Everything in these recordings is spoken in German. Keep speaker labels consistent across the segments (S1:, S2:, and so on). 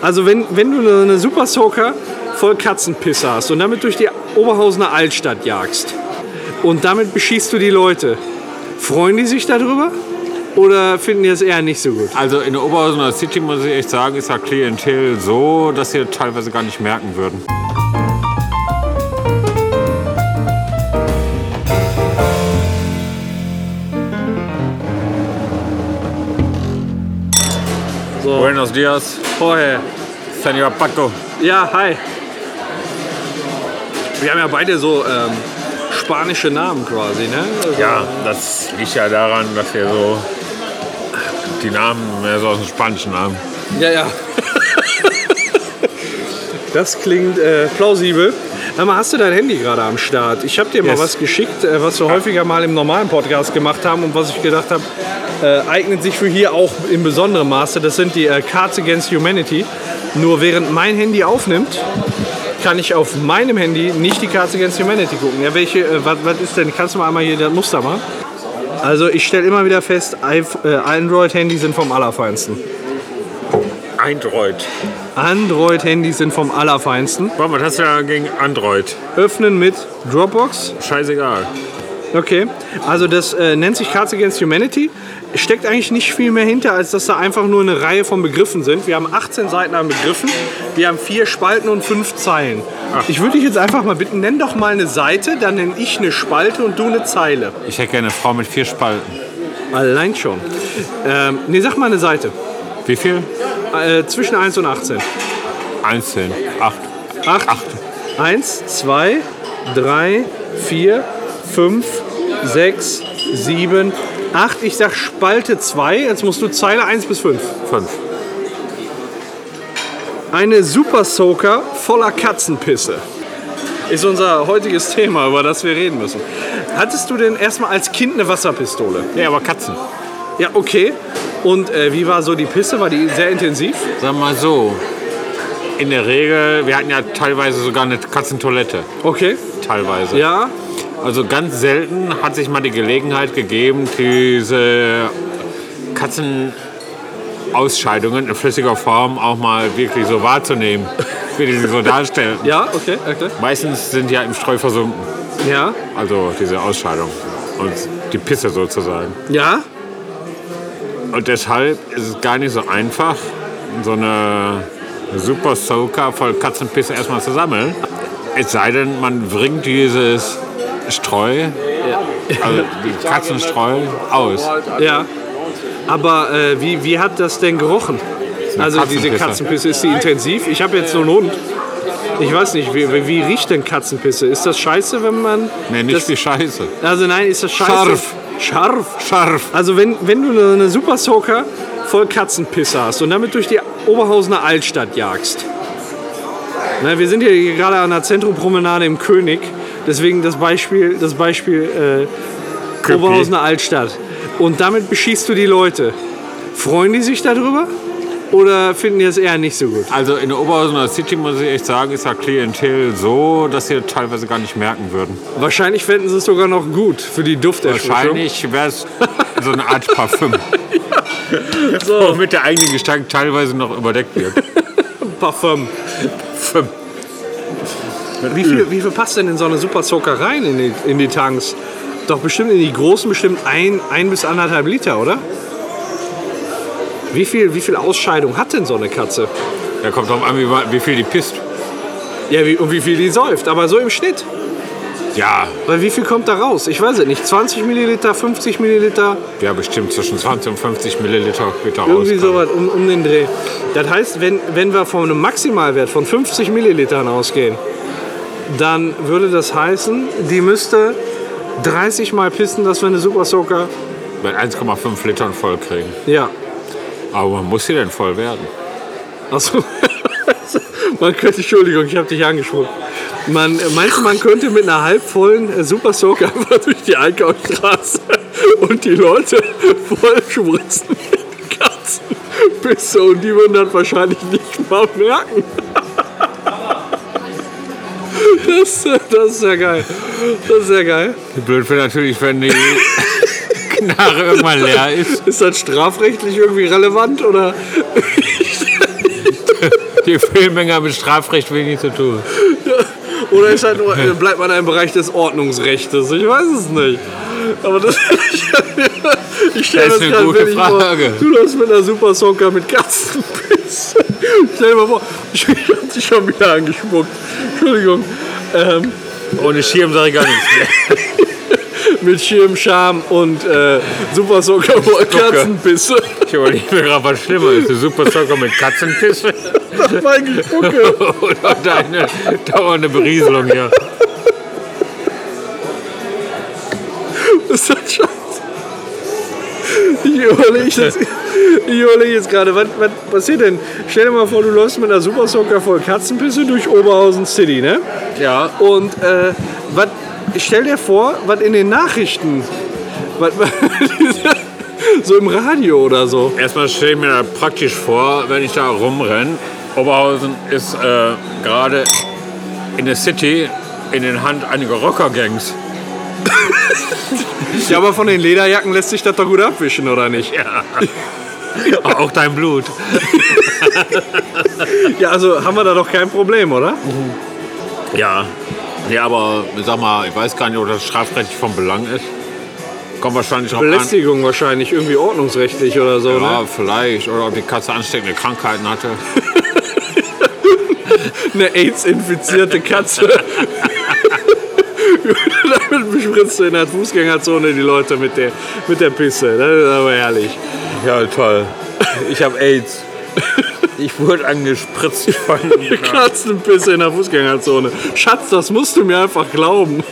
S1: Also wenn, wenn du eine Super Soaker voll Katzenpisse hast und damit durch die Oberhausener Altstadt jagst und damit beschießt du die Leute, freuen die sich darüber oder finden die das eher nicht so gut?
S2: Also in der Oberhausener City muss ich echt sagen, ist das Klientel so, dass sie das teilweise gar nicht merken würden.
S1: So,
S2: Buenos dias,
S1: vorher.
S2: Senor Paco.
S1: Ja, hi. Wir haben ja beide so ähm, spanische Namen quasi, ne? Also,
S2: Ja, das liegt ja daran, dass wir so die Namen mehr so aus dem Spanischen haben.
S1: Ja, ja. das klingt äh, plausibel. Hör mal, hast du dein Handy gerade am Start? Ich habe dir mal
S2: Yes.
S1: was geschickt, äh, was wir häufiger mal im normalen Podcast gemacht haben und was ich gedacht habe, äh, eignet sich für hier auch in besonderem Maße. Das sind die äh, Cards Against Humanity. Nur während mein Handy aufnimmt, kann ich auf meinem Handy nicht die Cards Against Humanity gucken. Ja, welche, äh, was, was ist denn? Kannst du mal einmal hier das Muster machen? Also ich stelle immer wieder fest, iPh- äh, Android-Handys sind vom Allerfeinsten.
S2: Android.
S1: Android-Handys sind vom Allerfeinsten.
S2: Warum, was hast du da gegen Android?
S1: Öffnen mit Dropbox.
S2: Scheißegal.
S1: Okay. Also das äh, nennt sich Cards Against Humanity. Steckt eigentlich nicht viel mehr hinter, als dass da einfach nur eine Reihe von Begriffen sind. Wir haben 18 Seiten an Begriffen. Wir haben vier Spalten und fünf Zeilen. Ich würde dich jetzt einfach mal bitten, nenn doch mal eine Seite, dann nenne ich eine Spalte und du eine Zeile.
S2: Ich hätte gerne eine Frau mit vier Spalten.
S1: Allein schon. Ähm, nee, sag mal eine Seite.
S2: Wie viel?
S1: Äh, zwischen 1 und 18.
S2: Einzeln. Acht.
S1: 8. 1, 2, 3, 4, 5, 6, 7, 8. Ich sag Spalte 2. Jetzt musst du Zeile 1 bis 5.
S2: Fünf.
S1: Eine Super Soaker voller Katzenpisse. Ist unser heutiges Thema, über das wir reden müssen. Hattest du denn erstmal als Kind eine Wasserpistole?
S2: Nee, aber Katzen.
S1: Ja, okay. Und äh, wie war so die Pisse? War die sehr intensiv?
S2: Sagen wir mal so. In der Regel, wir hatten ja teilweise sogar eine Katzentoilette.
S1: Okay.
S2: Teilweise.
S1: Ja.
S2: Also ganz selten hat sich mal die Gelegenheit gegeben, diese Katzenausscheidungen in flüssiger Form auch mal wirklich so wahrzunehmen, wie die sie so darstellen.
S1: Ja, okay. okay.
S2: Meistens sind die ja im Streu versunken,
S1: Ja.
S2: also diese Ausscheidung und die Pisse sozusagen.
S1: Ja.
S2: Und deshalb ist es gar nicht so einfach, so eine Super Soaker voll Katzenpisse erstmal zu sammeln. Es sei denn, man bringt dieses Streu, also die Katzenstreu, aus.
S1: Ja. Aber äh, wie, wie hat das denn gerochen? Also diese
S2: Katzenpisse.
S1: Katzenpisse, ist die intensiv? Ich habe jetzt so einen Hund. Ich weiß nicht, wie, wie- wie riecht denn Katzenpisse? Ist das scheiße, wenn man...
S2: Nee,
S1: das,
S2: nicht die Scheiße.
S1: Also nein, ist das scheiße?
S2: Scharf.
S1: Scharf.
S2: Scharf.
S1: Also wenn, wenn du eine- eine Super Soaker voll Katzenpisse hast und damit durch die Oberhausener Altstadt jagst. Na, wir sind hier gerade an der Zentrumpromenade im König. Deswegen das Beispiel, das Beispiel äh,
S2: Köpi.
S1: Oberhausener Altstadt. Und damit beschießt du die Leute. Freuen die sich darüber? Oder finden die das eher nicht so gut?
S2: Also in der Oberhausener City, muss ich echt sagen, ist das Klientel so, dass sie das teilweise gar nicht merken würden.
S1: Wahrscheinlich fänden sie es sogar noch gut für die Dufterschwächung.
S2: Wahrscheinlich wäre es so eine Art Parfüm,
S1: So,
S2: womit der eigene Gestank teilweise noch überdeckt wird.
S1: Parfum.
S2: Parfüm.
S1: Wie viel, wie viel passt denn in so eine Super Soaker rein in die, in die Tanks? Doch bestimmt in die großen bestimmt ein, ein bis anderthalb Liter, oder? Wie viel, wie viel Ausscheidung hat denn so eine Katze?
S2: Da kommt drauf an, wie, wa- wie viel die pisst.
S1: Ja, wie, und wie viel die säuft, aber so im Schnitt.
S2: Ja,
S1: Weil wie viel kommt da raus? Ich weiß es nicht. 20 Milliliter, 50 Milliliter,
S2: ja bestimmt zwischen 20 und 50 Milliliter wird da
S1: irgendwie
S2: rauskommen.
S1: sowas um, um den Dreh. Das heißt, wenn, wenn wir von einem Maximalwert von 50 Millilitern ausgehen, dann würde das heißen, die müsste 30 Mal pissen, dass wir eine Super Soaker.
S2: Bei 1,5 Litern voll kriegen.
S1: Ja.
S2: Aber man muss sie denn voll werden.
S1: Achso. Man könnte, Entschuldigung, ich habe dich angesprochen. Man, äh, meinst du, man könnte mit einer halbvollen äh, Super Soaker einfach durch die Einkaufsstraße und die Leute voll spritzen mit Katzenpisse und die würden das wahrscheinlich nicht mal merken. Das, äh, das ist ja geil. Das ist ja geil.
S2: Blöd wäre natürlich, wenn die Knarre irgendwann leer ist.
S1: Ist das strafrechtlich irgendwie relevant oder?
S2: die Filmmenge hat mit Strafrecht wenig zu tun.
S1: Oder ist halt nur, bleibt man im Bereich des Ordnungsrechtes? Ich weiß es nicht. Aber das, ich stelle das,
S2: Das ist eine
S1: gerade
S2: gute
S1: wirklich
S2: Frage.
S1: Vor. Du das mit einer Super Soccer mit Katzenpiss. stell dir mal vor, ich hab dich schon wieder angespuckt. Entschuldigung. Ähm,
S2: Ohne Schirm sage ich gar nichts.
S1: mit Schirm, Scham und äh, Super Soccer vor Katzenpisse.
S2: Ich überlege mir gerade, was schlimmer ist. Eine Super Soccer mit Katzenpisse
S1: Mein Gespucke.
S2: oder deine dauernde Berieselung hier.
S1: Ist das scheiße? Ich überlege jetzt, ich überleg jetzt gerade, was, was passiert denn? Stell dir mal vor, du läufst mit einer Super Soccer voll Katzenpisse durch Oberhausen City, ne?
S2: Ja.
S1: Und äh, was, stell dir vor, was in den Nachrichten, was, so im Radio oder so.
S2: Erstmal stelle ich mir da praktisch vor, wenn ich da rumrenne. Oberhausen ist äh, gerade in der City in den Hand einiger Rockergangs.
S1: Ja, aber von den Lederjacken lässt sich das doch gut abwischen, oder nicht?
S2: Ja. Auch dein Blut.
S1: Ja, also haben wir da doch kein Problem, oder?
S2: Ja. Ja, aber sag mal, ich weiß gar nicht, ob das strafrechtlich von Belang ist. Kommt wahrscheinlich drauf an.
S1: Belästigung wahrscheinlich, irgendwie ordnungsrechtlich oder so, ne?
S2: Ja, vielleicht. Oder ob die Katze ansteckende Krankheiten hatte.
S1: Eine AIDS-infizierte Katze. Damit bespritzt du in der Fußgängerzone die Leute mit der, mit der Pisse. Das ist aber herrlich.
S2: Ja, toll. Ich habe AIDS. Ich wurde angespritzt von
S1: Katzenpisse in der Fußgängerzone. Schatz, das musst du mir einfach glauben.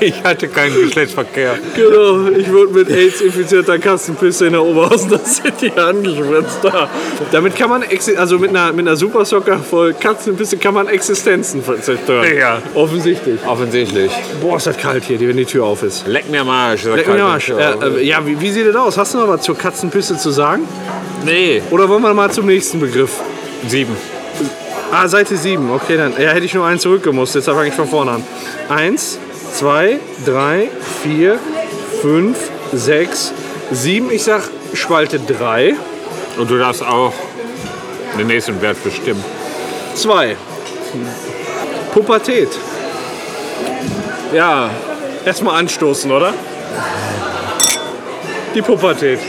S2: Ich hatte keinen Geschlechtsverkehr.
S1: Genau, ich wurde mit AIDS-infizierter Katzenpisse in der Oberhausener City angespritzt. Da. Damit kann man, exi- also mit einer, mit einer Supersocker voll Katzenpisse kann man Existenzen zerstören.
S2: Ja.
S1: Offensichtlich.
S2: Offensichtlich.
S1: Boah, ist das kalt hier, wenn die Tür auf ist.
S2: Leck mir am Arsch.
S1: Leck mir den Arsch. Äh, äh, ja, wie, wie sieht das aus? Hast du noch was zur Katzenpisse zu sagen?
S2: Nee.
S1: Oder wollen wir mal zum nächsten Begriff?
S2: Sieben.
S1: Ah, Seite 7. Okay, dann ja, hätte ich nur einen zurückgemusst. Jetzt fange ich von vorne an. Eins, zwei, drei, vier, fünf, sechs, sieben. Ich sag Spalte 3.
S2: Und du darfst auch den nächsten Wert bestimmen.
S1: 2. Pubertät.
S2: Ja.
S1: Erstmal anstoßen, oder? Die Pubertät.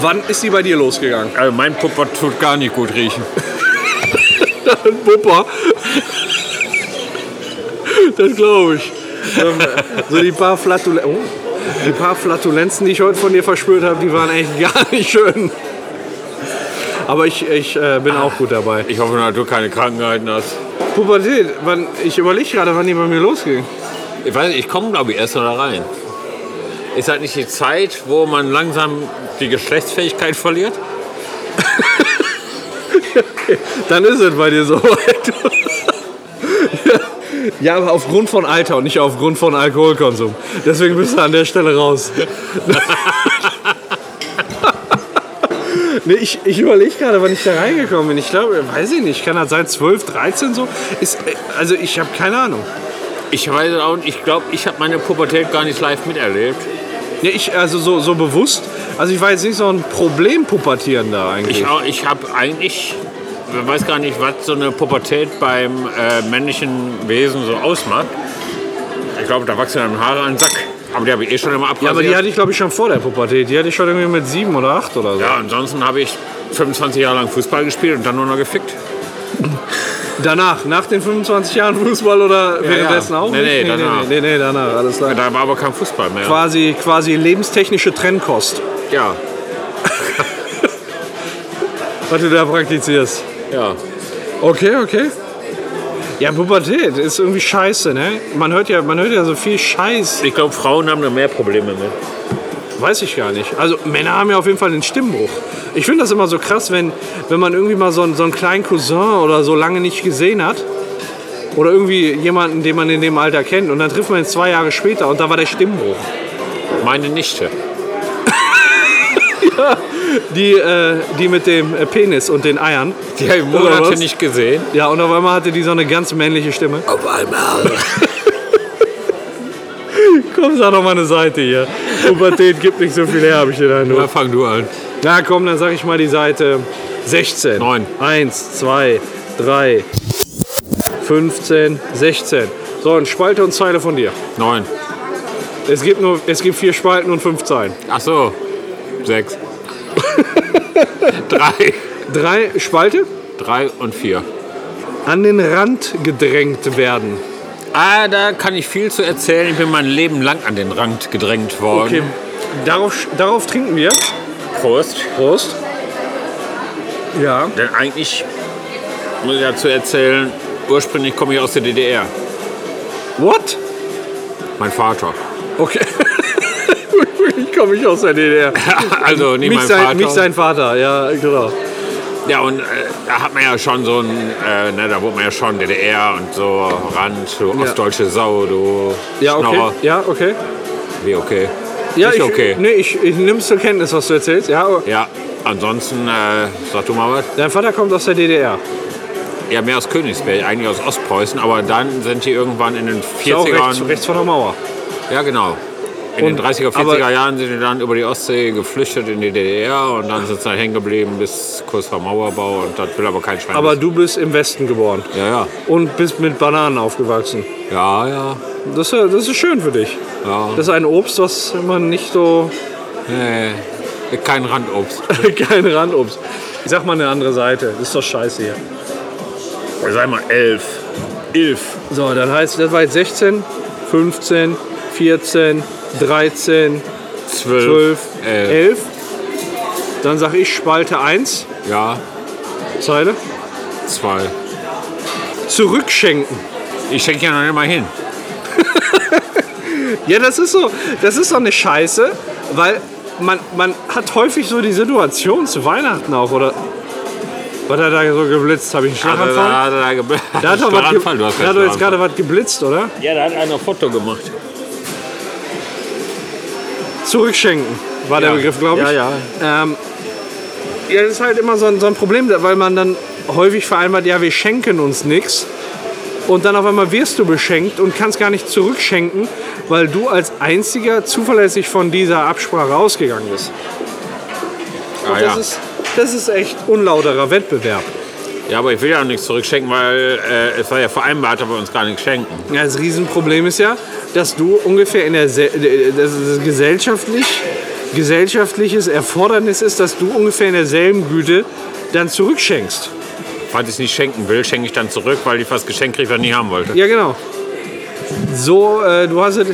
S1: Wann ist die bei dir losgegangen?
S2: Also mein Pupper tut gar nicht gut riechen.
S1: Ein Pupper. Das glaube ich. Ähm, So die paar, Flatul oh, die paar Flatulenzen, die ich heute von dir verspürt habe, die waren echt gar nicht schön. Aber ich, ich äh, bin auch gut dabei.
S2: Ich hoffe, dass du keine Krankheiten hast.
S1: Pubertät, wann, ich überlege gerade, wann die bei mir losging.
S2: Ich weiß nicht, ich komme, glaube ich, erst noch da rein. Ist halt nicht die Zeit, wo man langsam die Geschlechtsfähigkeit verliert?
S1: Dann ist es bei dir so weit. Ja, aber aufgrund von Alter und nicht aufgrund von Alkoholkonsum. Deswegen bist du an der Stelle raus. nee, ich, ich überlege gerade, wann ich da reingekommen bin. Ich glaube, weiß ich nicht, kann das sein, 12, 13 so? Ist, äh, also ich habe keine Ahnung.
S2: Ich weiß es auch nicht. Ich glaube, ich habe meine Pubertät gar nicht live miterlebt.
S1: Ja, ich, also so, so bewusst. Also ich war jetzt nicht so ein Problempubertierender eigentlich.
S2: Ich, auch- ich habe eigentlich, ich weiß gar nicht, was so eine Pubertät beim äh, männlichen Wesen so ausmacht. Ich glaube, da wachsen einem Haare an den Sack. Aber die habe ich eh schon immer
S1: ja,
S2: abrasiert.
S1: aber die hatte ich, glaube ich, schon vor der Pubertät. Die hatte ich schon irgendwie mit 7 oder 8 oder so.
S2: ja, ansonsten habe ich 25 Jahre lang Fußball gespielt und dann nur noch gefickt.
S1: Danach, nach den 25 Jahren Fußball oder währenddessen
S2: ja.
S1: auch
S2: Nee,
S1: nicht?
S2: nee, danach.
S1: nee, nee, danach, alles klar.
S2: Da war aber kein Fußball mehr.
S1: Quasi, quasi lebenstechnische Trennkost,
S2: Ja,
S1: was du da praktizierst.
S2: ja.
S1: Okay, okay. Ja, Pubertät ist irgendwie scheiße, ne? Man hört ja, man hört ja so viel Scheiß.
S2: Ich glaube, Frauen haben da mehr Probleme mit.
S1: Weiß ich gar nicht. Also Männer haben ja auf jeden Fall den Stimmbruch. Ich finde das immer so krass, wenn, wenn man irgendwie mal so einen, so einen kleinen Cousin oder so lange nicht gesehen hat. Oder irgendwie jemanden, den man in dem Alter kennt. Und dann trifft man ihn zwei Jahre später und da war der Stimmbruch.
S2: Meine Nichte.
S1: Die, äh, die mit dem äh, Penis und den Eiern.
S2: Die habe ich
S1: Oder
S2: Monate
S1: was?
S2: nicht gesehen.
S1: Ja, und auf einmal hatte die so eine ganz männliche Stimme.
S2: Auf einmal.
S1: Komm, sag doch mal eine Seite hier. Pubertät gibt nicht so viel her, habe ich den Eindruck.
S2: fang du an.
S1: Na komm, dann sag ich mal die Seite 16.
S2: Neun.
S1: 1, 2, 3, 15, 16. So, und Spalte und Zeile von dir.
S2: Neun.
S1: Es gibt nur, es gibt vier Spalten und fünf Zeilen.
S2: Ach so. Sechs. Drei.
S1: Drei Spalte
S2: Drei und vier.
S1: an den Rand gedrängt werden.
S2: Ah, da kann ich viel zu erzählen. Ich bin mein Leben lang an den Rand gedrängt worden.
S1: Darauf, darauf trinken wir.
S2: Prost.
S1: Prost. Ja.
S2: Denn eigentlich muss ich dazu erzählen, ursprünglich komme ich aus der DDR.
S1: What?
S2: Mein Vater.
S1: Okay. ich komme nicht aus der DDR.
S2: also nicht
S1: Mich
S2: mein Vater.
S1: sein, mich sein Vater, ja, genau.
S2: Ja, und äh, da hat man ja schon so ein, äh, ne, da wurde man ja schon DDR und so Rand, du ostdeutsche Sau, du
S1: Ja, okay.
S2: Schnorrer.
S1: Ja, okay.
S2: Wie okay.
S1: Ja,
S2: Ist
S1: ich,
S2: okay.
S1: Nee, ich, ich nimm's zur Kenntnis, was du erzählst. Ja, aber
S2: Ja, ansonsten, äh, sag du mal was.
S1: dein Vater kommt aus der DDR.
S2: Ja, mehr aus Königsberg, eigentlich aus Ostpreußen, aber dann sind die irgendwann in den
S1: Ist ja Auch rechts,
S2: 40ern.
S1: rechts von der Mauer.
S2: Ja, genau. In
S1: Und-
S2: den 30er,
S1: aber-
S2: 40er Jahren sind die dann über die Ostsee geflüchtet in die DDR und dann sind sie dann hängen geblieben bis kurz vor Mauerbau und das will aber kein Schwein.
S1: Aber
S2: wissen.
S1: du bist im Westen geboren
S2: ja, ja.
S1: und bist mit Bananen aufgewachsen.
S2: Ja, ja.
S1: Das, ist ja- das ist schön für dich.
S2: ja.
S1: Das ist ein Obst, was man nicht so.
S2: Nee. Kein Randobst.
S1: kein Randobst. Ich sag mal eine andere Seite. Ist doch scheiße hier.
S2: Sei mal elf. Elf.
S1: So, dann heißt, das war jetzt 16, 15, 14, 13,
S2: Zwölf.
S1: 12,
S2: Elf.
S1: 11. Dann sag ich Spalte 1,
S2: Ja,
S1: Zeile.
S2: zwei.
S1: Zurückschenken.
S2: Ich schenke ja noch nicht mal hin.
S1: Ja, das ist so, das ist so eine Scheiße, weil man, man hat häufig so die Situation zu Weihnachten auch, oder? Was hat da so geblitzt? Habe ich einen Schlaganfall?
S2: Also, da, da, da,
S1: Da hat doch was ge-
S2: Schlaganfall, du hast
S1: da hat doch jetzt gerade was geblitzt, oder?
S2: Ja, da hat einer ein Foto gemacht.
S1: Zurückschenken war der
S2: Ja.
S1: Begriff, glaube ich.
S2: Ja, ja.
S1: Ähm, ja, das ist halt immer so ein, so ein Problem, weil man dann häufig vereinbart, ja, wir schenken uns nichts. Und dann auf einmal wirst du beschenkt und kannst gar nicht zurückschenken, weil du als einziger zuverlässig von dieser Absprache ausgegangen bist.
S2: Ah,
S1: Das,
S2: ja.
S1: ist, das ist echt unlauterer Wettbewerb.
S2: ja, aber ich will ja auch nichts zurückschenken, weil äh, es war ja vereinbart, dass wir uns gar nichts schenken.
S1: Ja, das Riesenproblem ist ja, dass du ungefähr in der Se äh, dass es gesellschaftlich, gesellschaftliches Erfordernis ist, dass du ungefähr in derselben Güte dann zurückschenkst.
S2: Falls ich es nicht schenken will, schenke ich dann zurück, weil ich was geschenkt kriege, was ich nie haben wollte.
S1: Ja, genau. So, äh, du, hast es,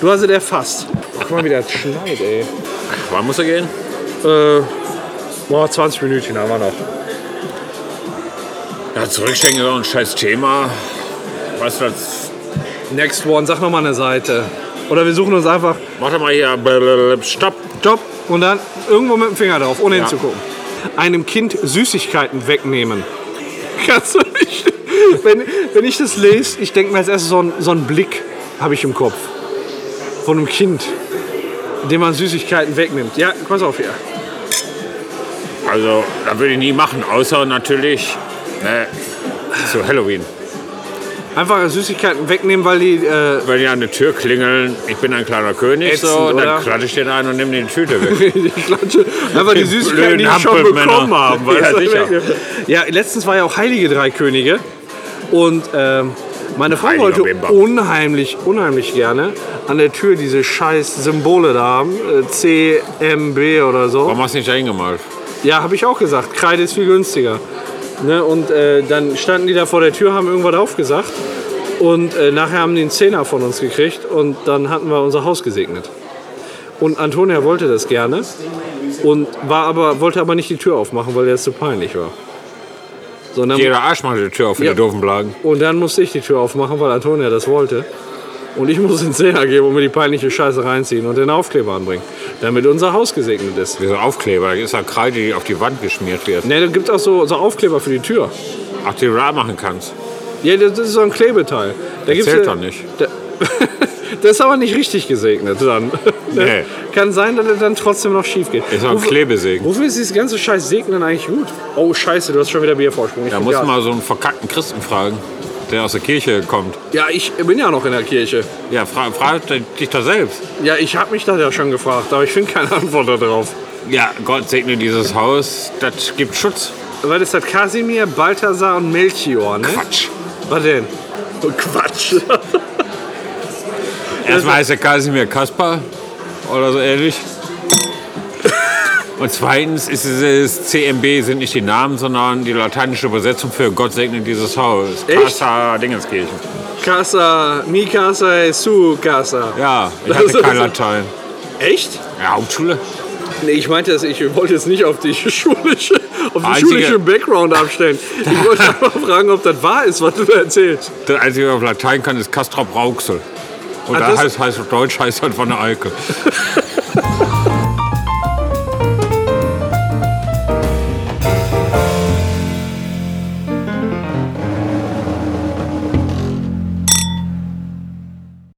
S1: du hast es erfasst. Guck mal, wie das schneit, ey.
S2: Wann muss er gehen?
S1: Äh, boah, 20 Minuten haben wir noch.
S2: Ja, zurückschenken ist auch ein scheiß Thema. Weißt du was?
S1: Next one, sag nochmal eine Seite. Oder wir suchen uns einfach
S2: Mach doch mal hier. blablabla, Stopp.
S1: Stopp und dann irgendwo mit dem Finger drauf, ohne
S2: Ja.
S1: hinzugucken. Einem Kind Süßigkeiten wegnehmen. Kannst du nicht. Wenn, wenn ich das lese, ich denke mir als erstes so einen so einen Blick habe ich im Kopf. Von einem Kind, dem man Süßigkeiten wegnimmt. Ja, pass auf hier.
S2: Also, das würde ich nie machen, außer natürlich ne, zu Halloween.
S1: Einfach Süßigkeiten wegnehmen, weil die. Äh,
S2: Wenn die an der Tür klingeln, ich bin ein kleiner König,
S1: Ätzend,
S2: so, dann
S1: oder?
S2: klatsche ich den ein und nehme die Tüte weg.
S1: die Klatsche. Einfach die Süßigkeiten, die
S2: blöden
S1: die schon
S2: Hampelmänner.
S1: bekommen haben. weißt
S2: Ja,
S1: du?
S2: sicher.
S1: Ja, letztens war ja auch Heilige Drei Könige. Und ähm, meine Frau
S2: Heiliger
S1: wollte
S2: Bimbam.
S1: unheimlich, unheimlich gerne an der Tür diese scheiß Symbole da haben. Äh, CMB oder so.
S2: Warum hast du nicht da hingemalt?
S1: Ja, habe ich auch gesagt. Kreide ist viel günstiger. Ne? Und äh, dann standen die da vor der Tür, haben irgendwas aufgesagt. Und äh, nachher haben die einen Zehner von uns gekriegt und dann hatten wir unser Haus gesegnet. Und Antonia wollte das gerne und war aber, wollte aber nicht die Tür aufmachen, weil das zu peinlich war. Sondern
S2: Jeder Arsch macht die Tür auf,
S1: Ja.
S2: ja. die doofen Blagen.
S1: und dann musste ich die Tür aufmachen, weil Antonia das wollte. Und ich musste einen Zehner geben und mir die peinliche Scheiße reinziehen und den Aufkleber anbringen, damit unser Haus gesegnet ist.
S2: Wie so Aufkleber, da ist da Kreide, die auf die Wand geschmiert wird.
S1: Ne, da gibt es auch so, so Aufkleber für die Tür.
S2: Ach, die du da machen kannst.
S1: Ja, das ist so ein Klebeteil. Da gibt's
S2: Zählt
S1: ja-
S2: doch nicht.
S1: Da, das ist aber nicht richtig gesegnet dann.
S2: Nee.
S1: Kann sein, dass es dann trotzdem noch schief geht.
S2: Ist doch ein
S1: Wofür-
S2: Klebesegen.
S1: Wofür ist dieses ganze Scheiß Segnen eigentlich gut? Oh Scheiße, du hast schon wieder Biervorsprung. Ich
S2: Da
S1: bin
S2: muss
S1: ja-
S2: man mal so einen verkackten Christen fragen, der aus der Kirche kommt.
S1: Ja, ich bin ja noch in der Kirche.
S2: Ja, fra frag dich doch selbst.
S1: Ja, ich habe mich da ja schon gefragt, aber ich finde keine Antwort darauf.
S2: Ja, Gott segne dieses Haus, das gibt Schutz.
S1: Was ist das? Kasimir, Balthasar und Melchior, ne?
S2: Quatsch.
S1: Was denn? Oh, Quatsch.
S2: Erstmal heißt der Kasimir Kaspar oder so ähnlich. Und zweitens ist es CMB sind nicht die Namen, sondern die lateinische Übersetzung für Gott segne dieses Haus.
S1: Echt?
S2: Casa Dingenskirchen.
S1: casa, mi casa es su casa.
S2: Ja, ich
S1: Das
S2: hatte
S1: ist-
S2: kein Latein.
S1: Echt?
S2: Ja, Hauptschule?
S1: Nee, ich meinte es, ich wollte es nicht auf die schulische, auf den
S2: Einzige-
S1: schulischen Background abstellen. Ich wollte einfach fragen, ob das wahr ist, was du da erzählst.
S2: Das Einzige, was ich auf Latein kann, ist Castrop Rauxel. Und
S1: Ah,
S2: da
S1: das-
S2: heißt, heißt auf Deutsch heißt halt von der Eike.